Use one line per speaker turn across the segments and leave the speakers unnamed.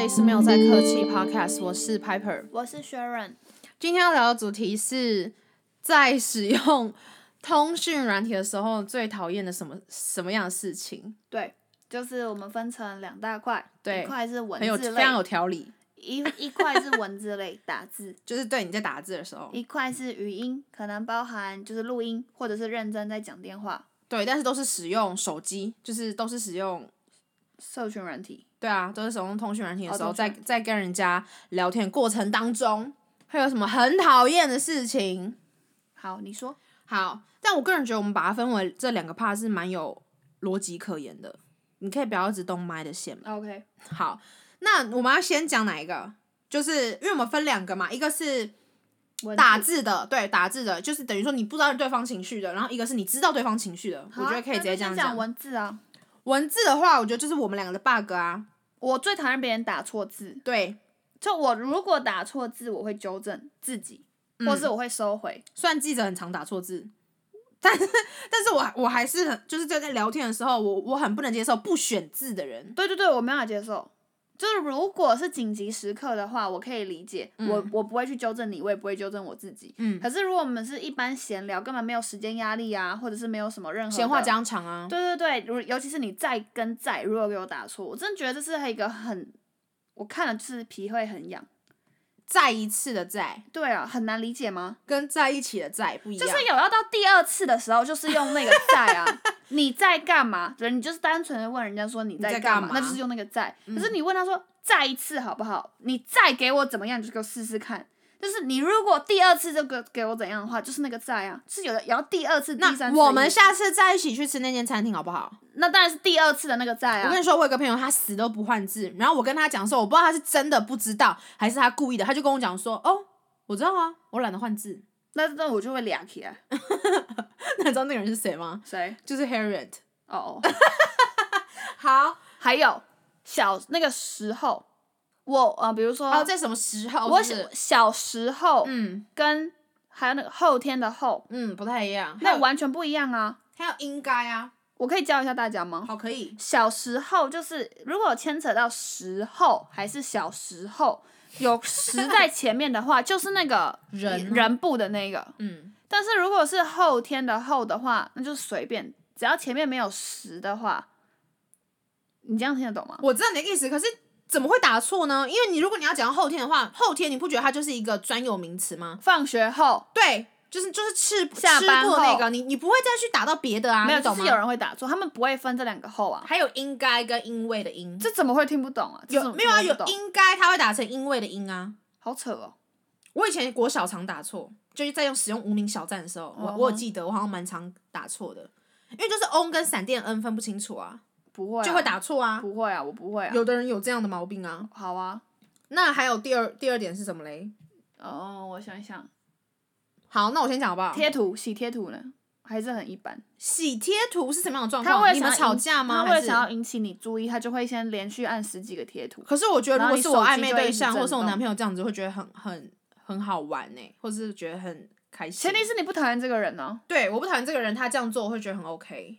里是没有在客气 Podcast，我是 Piper。
我是 Sharon，
今天要聊的主题是在使用通讯软体的时候最讨厌的什么什么样的事情，
对，就是我们分成两大块，
对
一块是文
很有
字
非
类，
常有条理，
一一块是文字类打字，
就是对你在打字的时候，
一块是语音，可能包含就是录音或者是认真在讲电话，
对，但是都是使用手机，就是都是使用。
社群软体，
对啊，都是使用通讯软体的
哦
时候，
通讯
在
软
在跟人家聊天的过程当中，会有什么很讨厌的事情？
好，你说，
好，但我个人觉得我们把它分为这两个 part 是蛮有逻辑可言的。你可以不要一直动麦的线嘛。
OK，
好，那我们要先讲哪一个？就是因为我们分两个嘛，一个是
文
打
字，
字的，对，打字的，就是等于说你不知道对方情绪的，然后一个是你知道对方情绪的。我
好
觉
啊
得可以直接这
那
样
就先
讲。
文字啊，
文字的话，我觉得就是我们两个的 bug 啊，
我最讨厌别人打错字，
对，
就我如果打错字，我会纠正自己，
嗯
或是我会收回，
虽然记者很常打错字，但是但是我我还是很就是在在聊天的时候，我我很不能接受不选字的人。
对对对，我没办法接受。就是如果是紧急时刻的话，我可以理解，我我不会去纠正你，我也不会纠正我自己。
嗯
可是如果我们是一般闲聊，根本没有时间压力啊，或者是没有什么任何的
闲话。家常啊，
对对对，如尤其是你在跟在，如果给我打错，我真的觉得这是一个很，我看了就是皮会很痒。
再一次的再
对啊，很难理解吗？
跟在一起的在不一
就
样。
是有要到第二次的时候，就是用那个在 啊，你在干嘛？人你就是单纯的问人家说你
你
在
在干
嘛，
嘛嗯
那就是用那个在。可是你问他说再一次好不好？你再给我怎么样，你就给我试试看。就是你如果第二次这个给我怎样的话，就是那个在啊，是有的，也要第二次、第三
那
次。
我们下次再一起去吃那间餐厅好不好？
那当然是第二次的那个
我
在啊
跟。你说，我有个朋友，他死都不换字。然后我跟他讲说，我不知道他是真的不知道，还是他故意的。他就跟我讲说，哦，我知道啊，我懒得换字。
那那我就会俩起来，
那你知道那个人是谁吗？
谁？
就是 Harriet。
哦哦，
好，
还有小那个时候，我呃，比如说，
哦，在什么时候？
我
是
小
不是
小时候，
嗯
跟还有那个后天的后，
嗯，不太一样。还
那
有
完全不一样啊！
还有应该啊，
我可以教一下大家吗？
好可以。
小时候就是如果牵扯到时候还是小时候，有时 在前面的话，就是那个
人
人部的那个。
嗯，
但是如果是后天的后的话，那就随便，只要前面没有时的话，你这样听得懂吗？
我知道你的意思，可是怎么会打错呢？因为你如果你要讲后天的话，后天你不觉得它就是一个专有名词吗？
放学后
对，就是就是吃
下班
吃过那个，
后
你你不会再去打到别的啊，
没有，
你
就
懂
是
吗？
有人会打错，他们不会分这两个后啊，
还有应该跟因为的因，
这怎么会听不懂啊？这怎
有
么
没有啊？
听不
有
懂
应该它会打成因为的因啊。
好扯哦。
我以前国小常打错，就是在用使用无名小站的时候，
哦
我、我有记得我好像蛮常打错的，因为就是 on 跟闪电 n 分不清楚啊，
不会、啊，
就会打错啊。
不会啊，我不会啊。
有的人有这样的毛病啊。
好啊，
那还有第二第二点是什么嘞？
哦，我想一想，
好，那我先讲好不好？
贴图洗贴图呢，还是很一般。
洗贴图是什么样的状
他为
况？
了
你
想
们
要
吵
引
架吗？
他为
还
了
是
想要引起你注意，他就会先连续按十几个贴图。
可是我觉得，如
然后
果
你
是我
手机
暧昧
就会一
对
直
象，
震
或是我
动
男朋友这样子，会觉得很很很好玩呢、或是觉得很开心。
前提是你不讨厌这个人呢、
对，我不讨厌这个人，他这样做，我会觉得很 OK。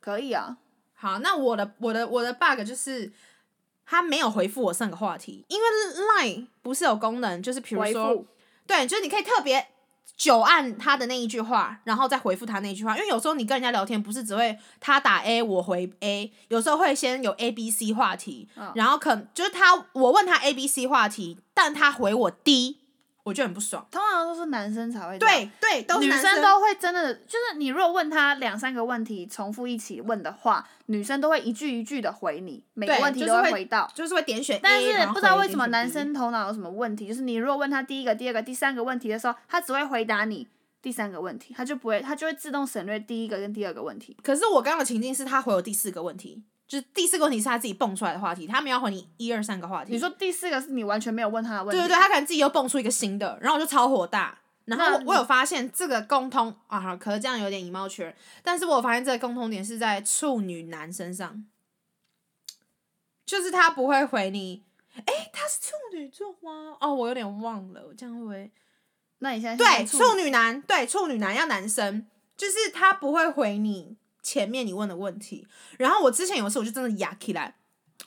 可以啊。
好，那我的我的我的 bug 就是他没有回复我上个话题，因为 Line 不是有功能，就是比如
回
说
复，
对，就是你可以特别久按他的那一句话，然后再回复他那一句话，因为有时候你跟人家聊天不是只会他打 A 我回 A，有时候会先有 A B C 话题，
嗯
然后可能就是他我问他 A B C 话题，但他回我 D，我就很不爽。
通常都是男生才会这样。
对对，都是
女
男
生都会真的，就是你如果问他两三个问题重复一起问的话，女生都会一句一句的回你，每个
对
问题
就是
都
会
回到。
就是会点选 A，
但
然
是
后
不知道
回
为什么
点选 D
男生头脑有什么问题，就是你如果问他第一个、第二个、第三个问题的时候，他只会回答你第三个问题，他就不会，他就会自动省略第一个跟第二个问题。
可是我刚刚的情境是他回我第四个问题，就是第四个问题是他自己蹦出来的话题，他没有要回你一二三个话题。
你说第四个是你完全没有问他的问
对
题，
对对，他可能自己又蹦出一个新的，然后我就超火大。然后我
那
我有发现这个共通啊，好可是这样有点以貌取人，但是我有发现这个共通点是在处女男身上，就是他不会回你。诶，他是处女座吗？哦，我有点忘了，我这样会不会？
那你现在
对，
是
处女男，对，处女男要男生，就是他不会回你前面你问的问题。然后我之前有一次我就真的哑起来，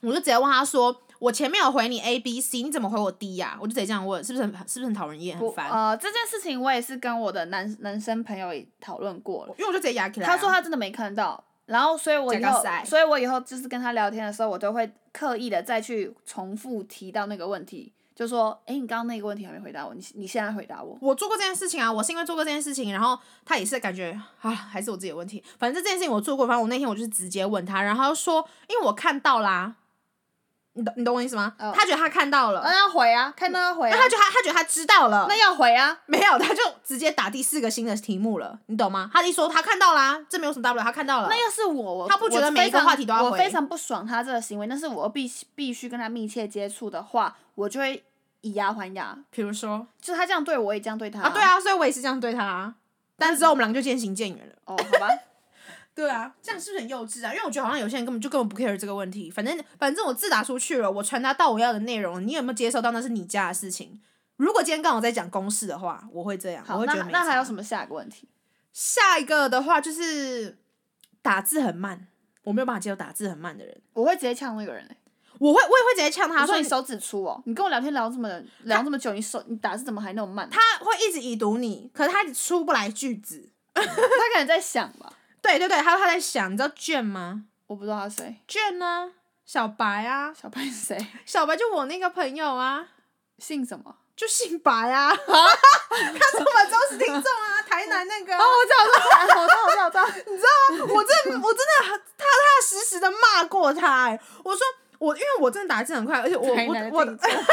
我就直接问他说：“我前面有回你 A B C，你怎么回我 D 呀、我就直接这样问，是不是很是不是很讨人厌，很
不
烦？
呃，这件事情我也是跟我的男男生朋友也讨论过了，
因为我就直接压起来、啊
他说，他真的没看到，然后所以我以
假
后
个塞，
所以我以后就是跟他聊天的时候，我都会刻意的再去重复提到那个问题，就说，哎，你刚刚那个问题还没回答我，你你现在回答我，
我做过这件事情啊，我是因为做过这件事情，然后他也是感觉啊，还是我自己的问题。反正这件事情我做过，反正我那天我就是直接问他，然后他就说，因为我看到啦，你懂你懂我意思吗
哦
他觉得他看到了，
那要回啊，看到要回
那
啊，
他觉得他他觉得他知道了，
那要回啊，
没有，他就直接打第四个新的题目了，你懂吗？他一说他看到啦，这没有什么大不了，他看到了。
那要是我，我
啊他不觉得
我
每一个
非常
话题都要
我
回
非常不爽他这个行为，但是我又必须必须跟他密切接触的话，我就会以牙还牙，
比如说
就是他这样对我，我也这样对他
啊，对，啊，所以我也是这样对他啊。但之后我们两个就渐行渐远了。
哦，好吧，
对啊，这样是不是很幼稚啊？因为我觉得好像有些人根本就根本不 care 这个问题。反正反正我字打出去了，我传达到我要的内容，你有没有接收到那是你家的事情。如果今天刚好在讲公事的话，我会这样，我
好，
会觉
那
得没
那还有什
么？
么下一个问题？
下一个的话就是打字很慢，我没有办法接受打字很慢的人，
我会直接呛那个人、欸，
我会我也会直接呛他
我说你
你
手指粗哦，你跟我聊天聊这么聊这么久，你手你打字怎么还那么慢？啊他
他会一直已读你，可是他一直出不来句子。
他可能在想吧，
对对对，他他在想，你知道卷吗？
我不知道他是谁，
卷呢、小白啊，
小白是谁，
小白就我那个朋友啊，
姓什么？
就姓白啊， 他是我们忠实听众啊，台南那个啊、
哦，我知道，我知道，我知道，我知道，我 知道，
我真的我真的很踏踏实实的骂过他、欸，我说我因为我真的打字很快，而且我
台南的
我我
听众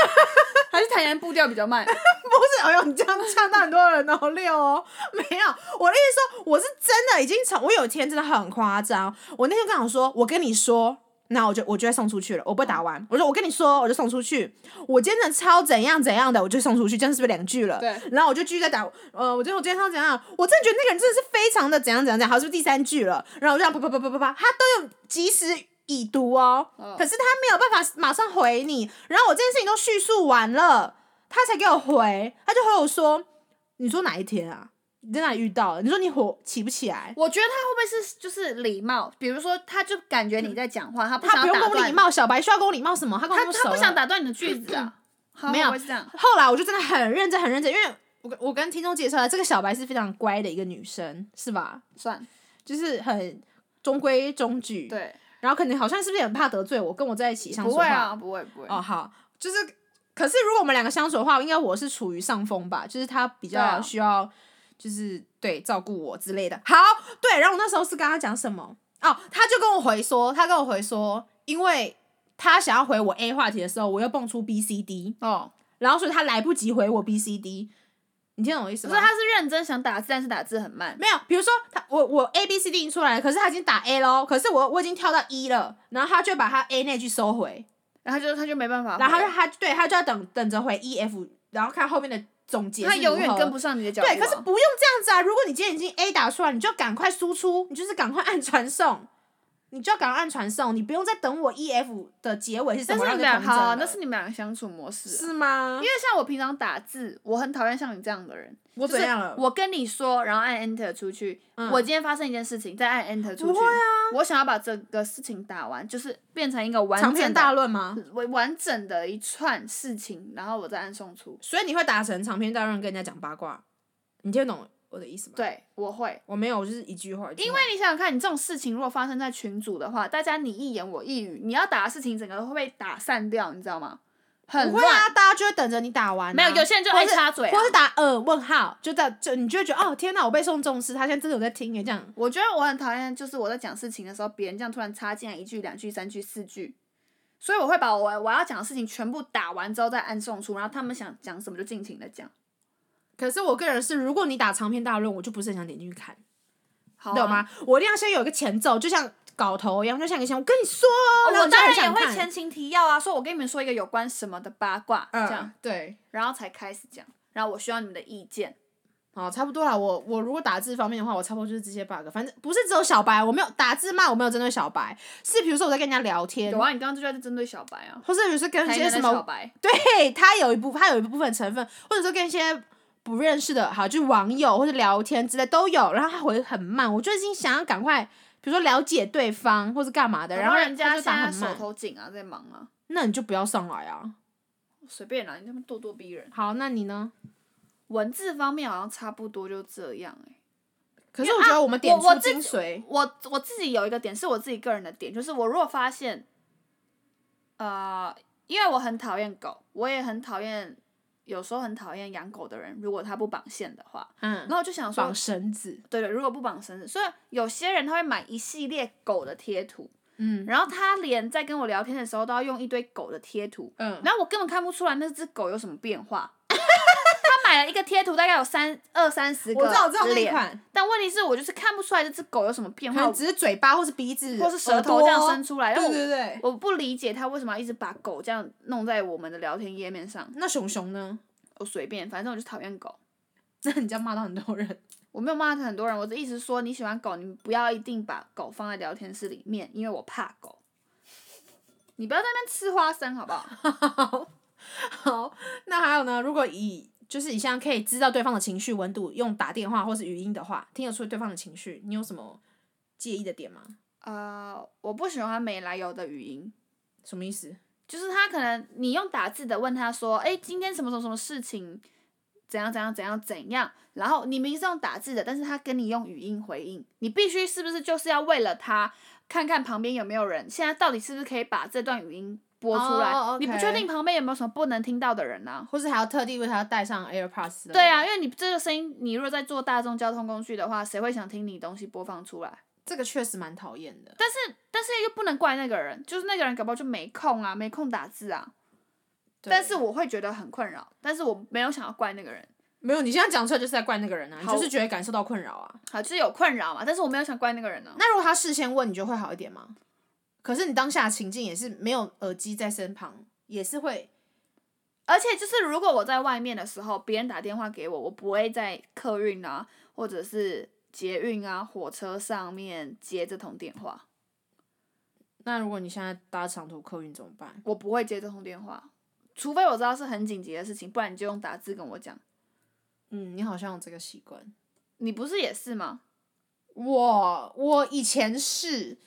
还是台南步调比较慢。
不是，哎呦，你这样呛到很多人哦，六哦，没有，我的意思说，我是真的已经从我有一天真的很夸张，我那天跟我说，我跟你说。那我就我就会送出去了，我不会打完。我说我跟你说，我就送出去。我今天真的超怎样怎样的，我就送出去，这样是不是两句了？
对
然后我就继续在打，呃，我觉得我今天超怎样，我真的觉得那个人真的是非常的怎样怎样怎样，好，是不是第三句了？然后我就这样啪啪啪啪啪啪，他都有及时已读哦，
哦
可是他没有办法马上回你。然后我这件事情都叙述完了，他才给我回，他就回我说：“你说哪一天啊？你在哪里遇到的？你说你火起不起来？
我觉得他会不会是就是礼貌？比如说，他就感觉你在讲嗯话，他不
他
想
不用
打
跟我
断
礼
你，
貌，小白需要跟我礼貌什么？他跟我
他
那么
他不
熟
想
了
打断你的句子 啊。他
没
会
有
不会是这样？
后来我就真的很认真、很认真，因为我跟我跟听众介绍了，这个小白是非常乖的一个女生，是吧？
算
就是很中规中矩。。
对，
然后可能好像是不是也很怕得罪我，跟我在一起相处
不
的
会
话
啊，不会不会。
哦，好，就是，可是如果我们两个相处的话，应该我是处于上风吧，就是他比
对啊
较需要，就是对照顾我之类的。好，对，然后我那时候是跟他讲什么？哦，他就跟我回说，他跟我回说，因为他想要回我 A 话题的时候，我又蹦出 B、C、D，
哦，
然后所以他来不及回我 B、C、D，你听懂我意思
所
吗？
以他是认真想打字，但是打字很慢。
没有，比如说他我我 A B C D 已经出来了，可是他已经打 A 咯，可是我我已经跳到一、了，然后他就把他 A 那句收回，
然后他就他就没办法回，
然后他就他对他就要等等着回 E F，然后看后面的总结是
他
如
永远
何
跟不上你的脚步啊。
对，可是不用这样子啊！如果你今天已经 A 打出来，你就赶快输出，你就是赶快按传送，你就要赶快按传送，你不用再等我 E F 的结尾是什
但
么
是你
让
们
你同
俩
整
好啊，
了。
那是你们俩的相处模式啊。
是吗
因？为像我平常打字，我很讨厌像你这样的人。
我
就是
怎样了？
我跟你说，然后按 Enter 出去。
嗯
我今天发生一件事情，再按 Enter 出去。
不会啊
我想要把这个事情打完，就是变成一个完
长
整
篇
的
大论吗？
完完整的一串事情，然后我再按送出。
所以你会打成长篇大论跟人家讲八卦，你听得懂我的意思吗？，
对，我会。
我没有，我就是一句话。
因为你想想看，你这种事情如果发生在群组的话，大家你一言我一语，你要打的事情整个都会被打散掉，你知道吗？很
不会
乱。
啊，大家就会等着你打完啊、
没有有些人就爱插嘴啊
或是或是打呃问号，就在就你就会觉得哦天哪，我被送重视，他现在真的有在听耶，这样
我觉得我很讨厌，就是我在讲事情的时候，别人这样突然插进来一句、两句、三句、四句，所以我会把我我要讲的事情全部打完之后再按送出，然后他们想讲什么就尽情的讲，
可是我个人是，如果你打长篇大论，我就不是很想点进去看，
好、啊、
你懂吗？我一定要先有一个前奏，就像搞头一样，就像以前我跟你说哦，
哦？
然后
我
就
当
很
然也
想
会
看。
前情提要啊，说我跟你们说一个有关什么的八卦，这样
嗯，，对，
然后才开始讲，然后我需要你们的意见。
好，差不多啦。我我如果打字方面的话，我差不多就是这些 bug。反正不是只有小白，我没有打字骂，我没有针对小白，是比如说我在跟人家聊天
有，啊，你刚刚就在针对小白啊，
或者有时候跟一
台
嗯些
南
什
的
么
小白，
对他有一部他有一部分成分，或者说跟一些不认识的，好就是网友或者聊天之类都有，然后他回很慢，我就已经想要赶快，比如说了解对方或者干嘛的，
然
然
后
后
人
他
家
就
现
打
在
很
手
慢。
头紧啊，在忙啊，
那你就不要上来啊。
随便啦，你这么咄咄逼人。
好，那你呢？
文字方面好像差不多就这样哎、
可是我觉得我们点
我
出
我自
精
己
髓，
我我自己有一个点是我自己个人的点，就是我如果发现，呃，因为我很讨厌狗，我也很讨厌，有时候很讨厌养狗的人，如果他不绑线的话，
嗯
然，后我就想说
绑，绳子，
对对，如果不绑绳子，所以有些人他会买一系列狗的贴图，
嗯
然后他连在跟我聊天的时候都要用一堆狗的贴图，
嗯，
然后我根本看不出来那只狗有什么变化。 他买了一个贴图，大概有三二三十个
我知道，我知道那一
脸
款，
但问题是我就是看不出来这只狗有什么变
可
化，
能
我
只是嘴巴或是鼻子，
或是舌头这样伸
出
出来，哦
对
然后
对
我
对对。
我不理解他为什么要一直把狗这样弄在我们的聊天页面上。
那熊熊呢？
我随便，反正我就讨厌狗。
那你这样骂到很多人，
我没有骂很多人，我的意思是说你喜欢狗，你不要一定把狗放在聊天室里面，因为我怕狗。你不要在那边吃花生好不好？
好，那还有呢？如果以就是以像可以知道对方的情绪温度，用打电话或是语音的话，听得出对方的情绪，你有什么介意的点吗？
呃，我不喜欢没来由的语音。
什么意思？
就是他可能你用打字的问他说，哎、今天什么什么什么事情，怎样怎样怎样怎样，然后你明明是用打字的，但是他跟你用语音回应，你必须是不是就是要为了他看看旁边有没有人，现在到底是不是可以把这段语音播出来
哦
你不
OK
确定旁边有没有什么不能听到的人啊？
或是还要特地为他戴上 AirPods？
对啊，，因为你这个声音，你如果在坐大众交通工具的话，谁会想听你东西播放出来？
这个确实蛮讨厌的。
但是，但是又不能怪那个人，就是那个人搞不好就没空啊，没空打字啊。
对
但是我会觉得很困扰，但是我没有想要怪那个人，
没有，你现在讲出来就是在怪那个人啊，你
好
就是觉得感受到困扰啊。
好，就是有困扰嘛，但是我没有想怪那个人呢、
那如果他事先问，你觉得会好一点吗？可是你当下的情境也是没有耳机在身旁，也是会
而且就是如果我在外面的时候，别人打电话给我，我不会在客运啊，或者是捷运啊、火车上面接这通电话，
那如果你现在搭长途客运怎么办？
我不会接这通电话，除非我知道是很紧急的事情，不然你就用打字跟我讲。
嗯，你好像有这个习惯。
你不是也是吗？
我我以前是，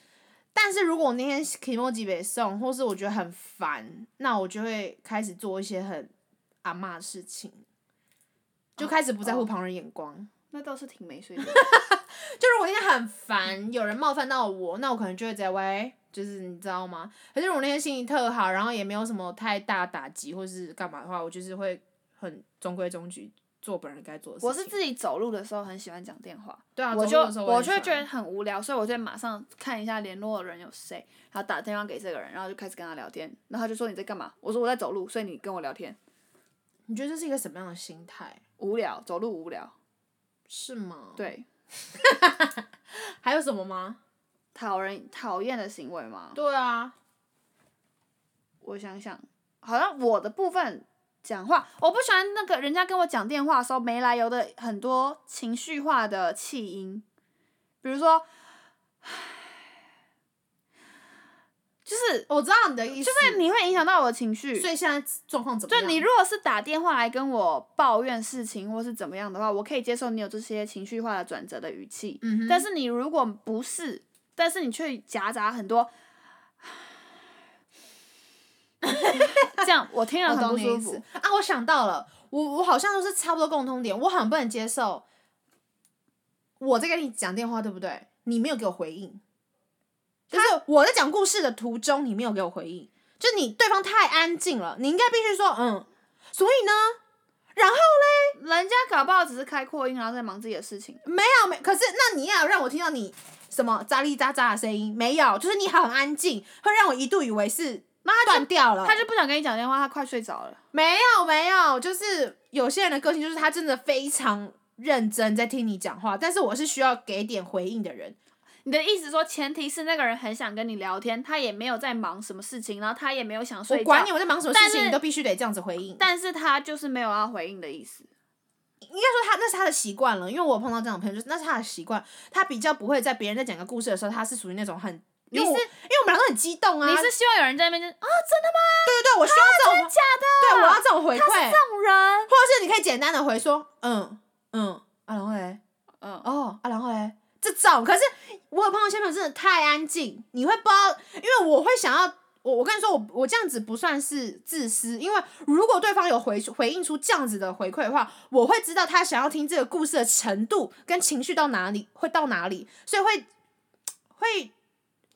但是如果我那天 k i m o j i 被送，或是我觉得很烦，那我就会开始做一些很阿妈的事情，就开始不在乎
哦
旁人眼光。
那倒是挺没水准的。
就如果那天很烦，有人冒犯到我，那我可能就会直接喂，就是你知道吗？可是我那天心情特好，然后也没有什么太大打击或是干嘛的话，我就是会很中规中矩做本人该做的事情。
我是自己走路的时候很喜欢讲电话，
对啊，
我
走路
就
的时候
我
也
就会
喜
觉
欢
得很无聊，所以我就会马上看一下联络的人有谁，然后打电话给这个人，然后就开始跟他聊天，然后他就说你在干嘛？我说我在走路，所以你跟我聊天，
你觉得这是一个什么样的心态？
无聊，走路无聊，
是吗？，
对，
还有什么吗？
讨人讨厌的行为吗？
对啊，
我想想，好像我的部分讲话，我不喜欢那个人家跟我讲电话的时候没来由的很多情绪化的气音，比如说，就是
我知道你的意思，
就是你会影响到我的情绪，
所以现在状况怎么
就
样？
你如果是打电话来跟我抱怨事情或是怎么样的话，我可以接受你有这些情绪化的转折的语气。
嗯哼，
但是你如果不是，但是你却夹杂很多， 这样我听了
我
很
懂
不
你的
舒
意
服
思。啊！我想到了，我我好像都是差不多共通点，我很不能接受。我在跟你讲电话，对不对？你没有给我回应，就是我在讲故事的途中，你没有给我回应，就你对方太安静了，你应该必须说嗯，所以呢，
人家搞不好只是开扩音，然后在忙自己的事情。
没有没，可是那你也要让我听到你什么喳哩喳喳的声音，没有，就是你很安静，会让我一度以为是
那他
断
就
掉了。
他就不想跟你讲电话，他快睡着了。
没有没有，就是有些人的个性就是他真的非常认真在听你讲话，但是我是需要给点回应的人。
你的意思说，前提是那个人很想跟你聊天，他也没有在忙什么事情，然后他也没有想
我
睡觉
管你，我在忙什么事
但
情，
是
你都必须得这样子回应。
但是他就是没有要回应的意思。
应该说他那是他的习惯了，因为我碰到这种朋友，就是那是他的习惯，他比较不会在别人在讲个故事的时候，他是属于那种很。因为我
你是
因为我们两个很激动啊！
你是希望有人在那边就啊，真的吗？
对对，我需要这种，
假的？
对我要这种回
他
馈，
是这种人。
或者是你可以简单的回说，嗯嗯，啊然后嘞，
嗯，
哦啊，然后嘞，这种可是我有碰到一些朋友真的太安静，你会不知道，因为我会想要我我跟你说，我我这样子不算是自私，因为如果对方有回回应出这样子的回馈的话，我会知道他想要听这个故事的程度跟情绪到哪里，会到哪里，所以会会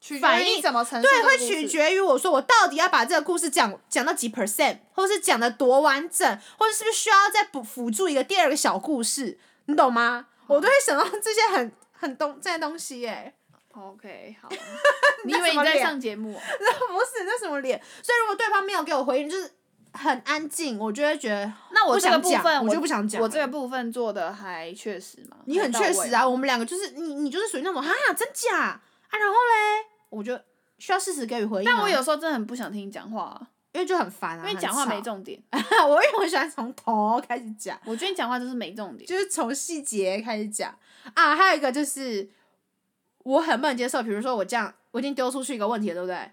取
反
决于
应
你怎么陈述
对，
这个
会
故
取
事
决于我说我到底要把这个故事讲讲到几 percent，或是讲的多完整，或者是不是需要再补辅助一个第二个小故事，你懂吗？我都会想到这些很很东这些东西耶、
OK，好。 你以
那
为
什
你
么
在
脸
上节目哦？
不是那什么脸，所以如果对方没有给我回应，就是很安静，我就会觉得
那我
不
这个
想
部
讲
分，
我就不想讲
我
了
这个部分做的还确实吗？
你很
还到
确
位
实
吗。
啊，我们两个就是你你就是属于那种啊真假啊，然后嘞，我就需要适时给予回应、啊，
但我有时候真的很不想听你讲话啊，
因为就很烦啊，
因为
很
讲话没
吵，
重点。
我因为我喜欢从头开始讲。
我觉得你讲话就是没重点。
就是从细节开始讲啊。还有一个就是，我很不能接受，比如说我这样，我已经丢出去一个问题了，对不对？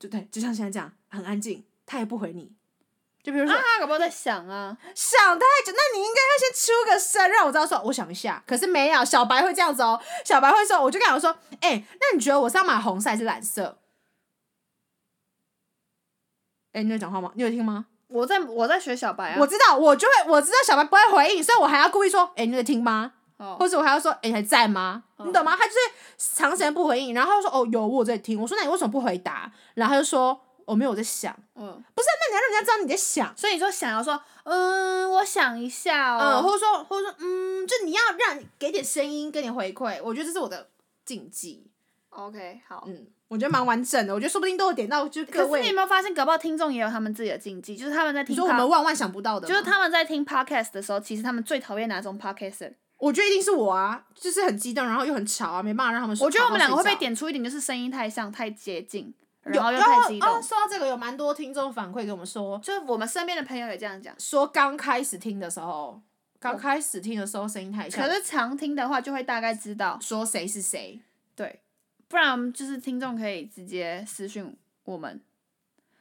就对，就像现在这样，很安静，他也不回你。 就比如
啊
说、，
他搞不好在想啊，
想太久，那你应该要先出个声，让我知道说我想一下。可是没有，小白会这样子哦。小白会说，我就跟他说，哎、那你觉得我是要买红色还是蓝色？哎、你有讲话吗？你有听吗？
我在我在学小白啊。
我知道，我就会我知道小白不会回应，所以我还要故意说，哎、你有听吗？
哦
或者我还要说，哎、你还在吗？
嗯
你懂吗？他就是长时间不回应，然后他就说，哦，有我有在听。我说，那你为什么不回答？然后他就说，我、没有我在想。啊
嗯，
那你要让人家知道你在想，
所以你说想要说，嗯，我想一下
嗯，
哦。
或者说，或者说，嗯，就你要让给点声音，给点回馈。我觉得这是我的禁忌。
OK，好。
嗯，我觉得蛮完整的。我觉得说不定都有点到，就是各
可是你有
位，
没有发现，搞不好听众也有他们自己的禁忌，就是他们在
你
听
说我
pod-
们万万想不到的，
就是，他们在听 podcast 的时候，其实他们最讨厌哪种 podcaster？
我觉得一定是我啊，就是很激动，然后又很吵啊，没办法让他们。
我觉得我们两个会被。点出一点，就是声音太像、太接近，然后又
有
太激
哦，
动。
说到这个，有蛮多听众反馈给我们说，
就是我们身边的朋友也这样讲，
说刚开始听的时候，刚开始听的时候声音太小，
嗯可是常听的话就会大概知道，
说谁是谁，
对，不然就是听众可以直接私讯我们，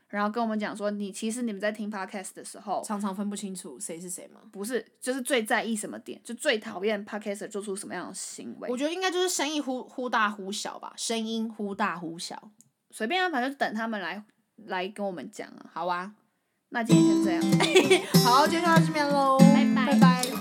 然后跟我们讲说，你其实你们在听 podcast 的时候，
常常分不清楚谁是谁吗？
不是就是最在意什么点，就最讨厌 podcaster 做出什么样的行为
我，觉得应该就是声音忽忽大忽小吧，声音忽大忽小。
随便啊，反正就等他们来来跟我们讲啊。
好啊，
那今天先这样。
好，今天就到这边喽，
拜
拜拜。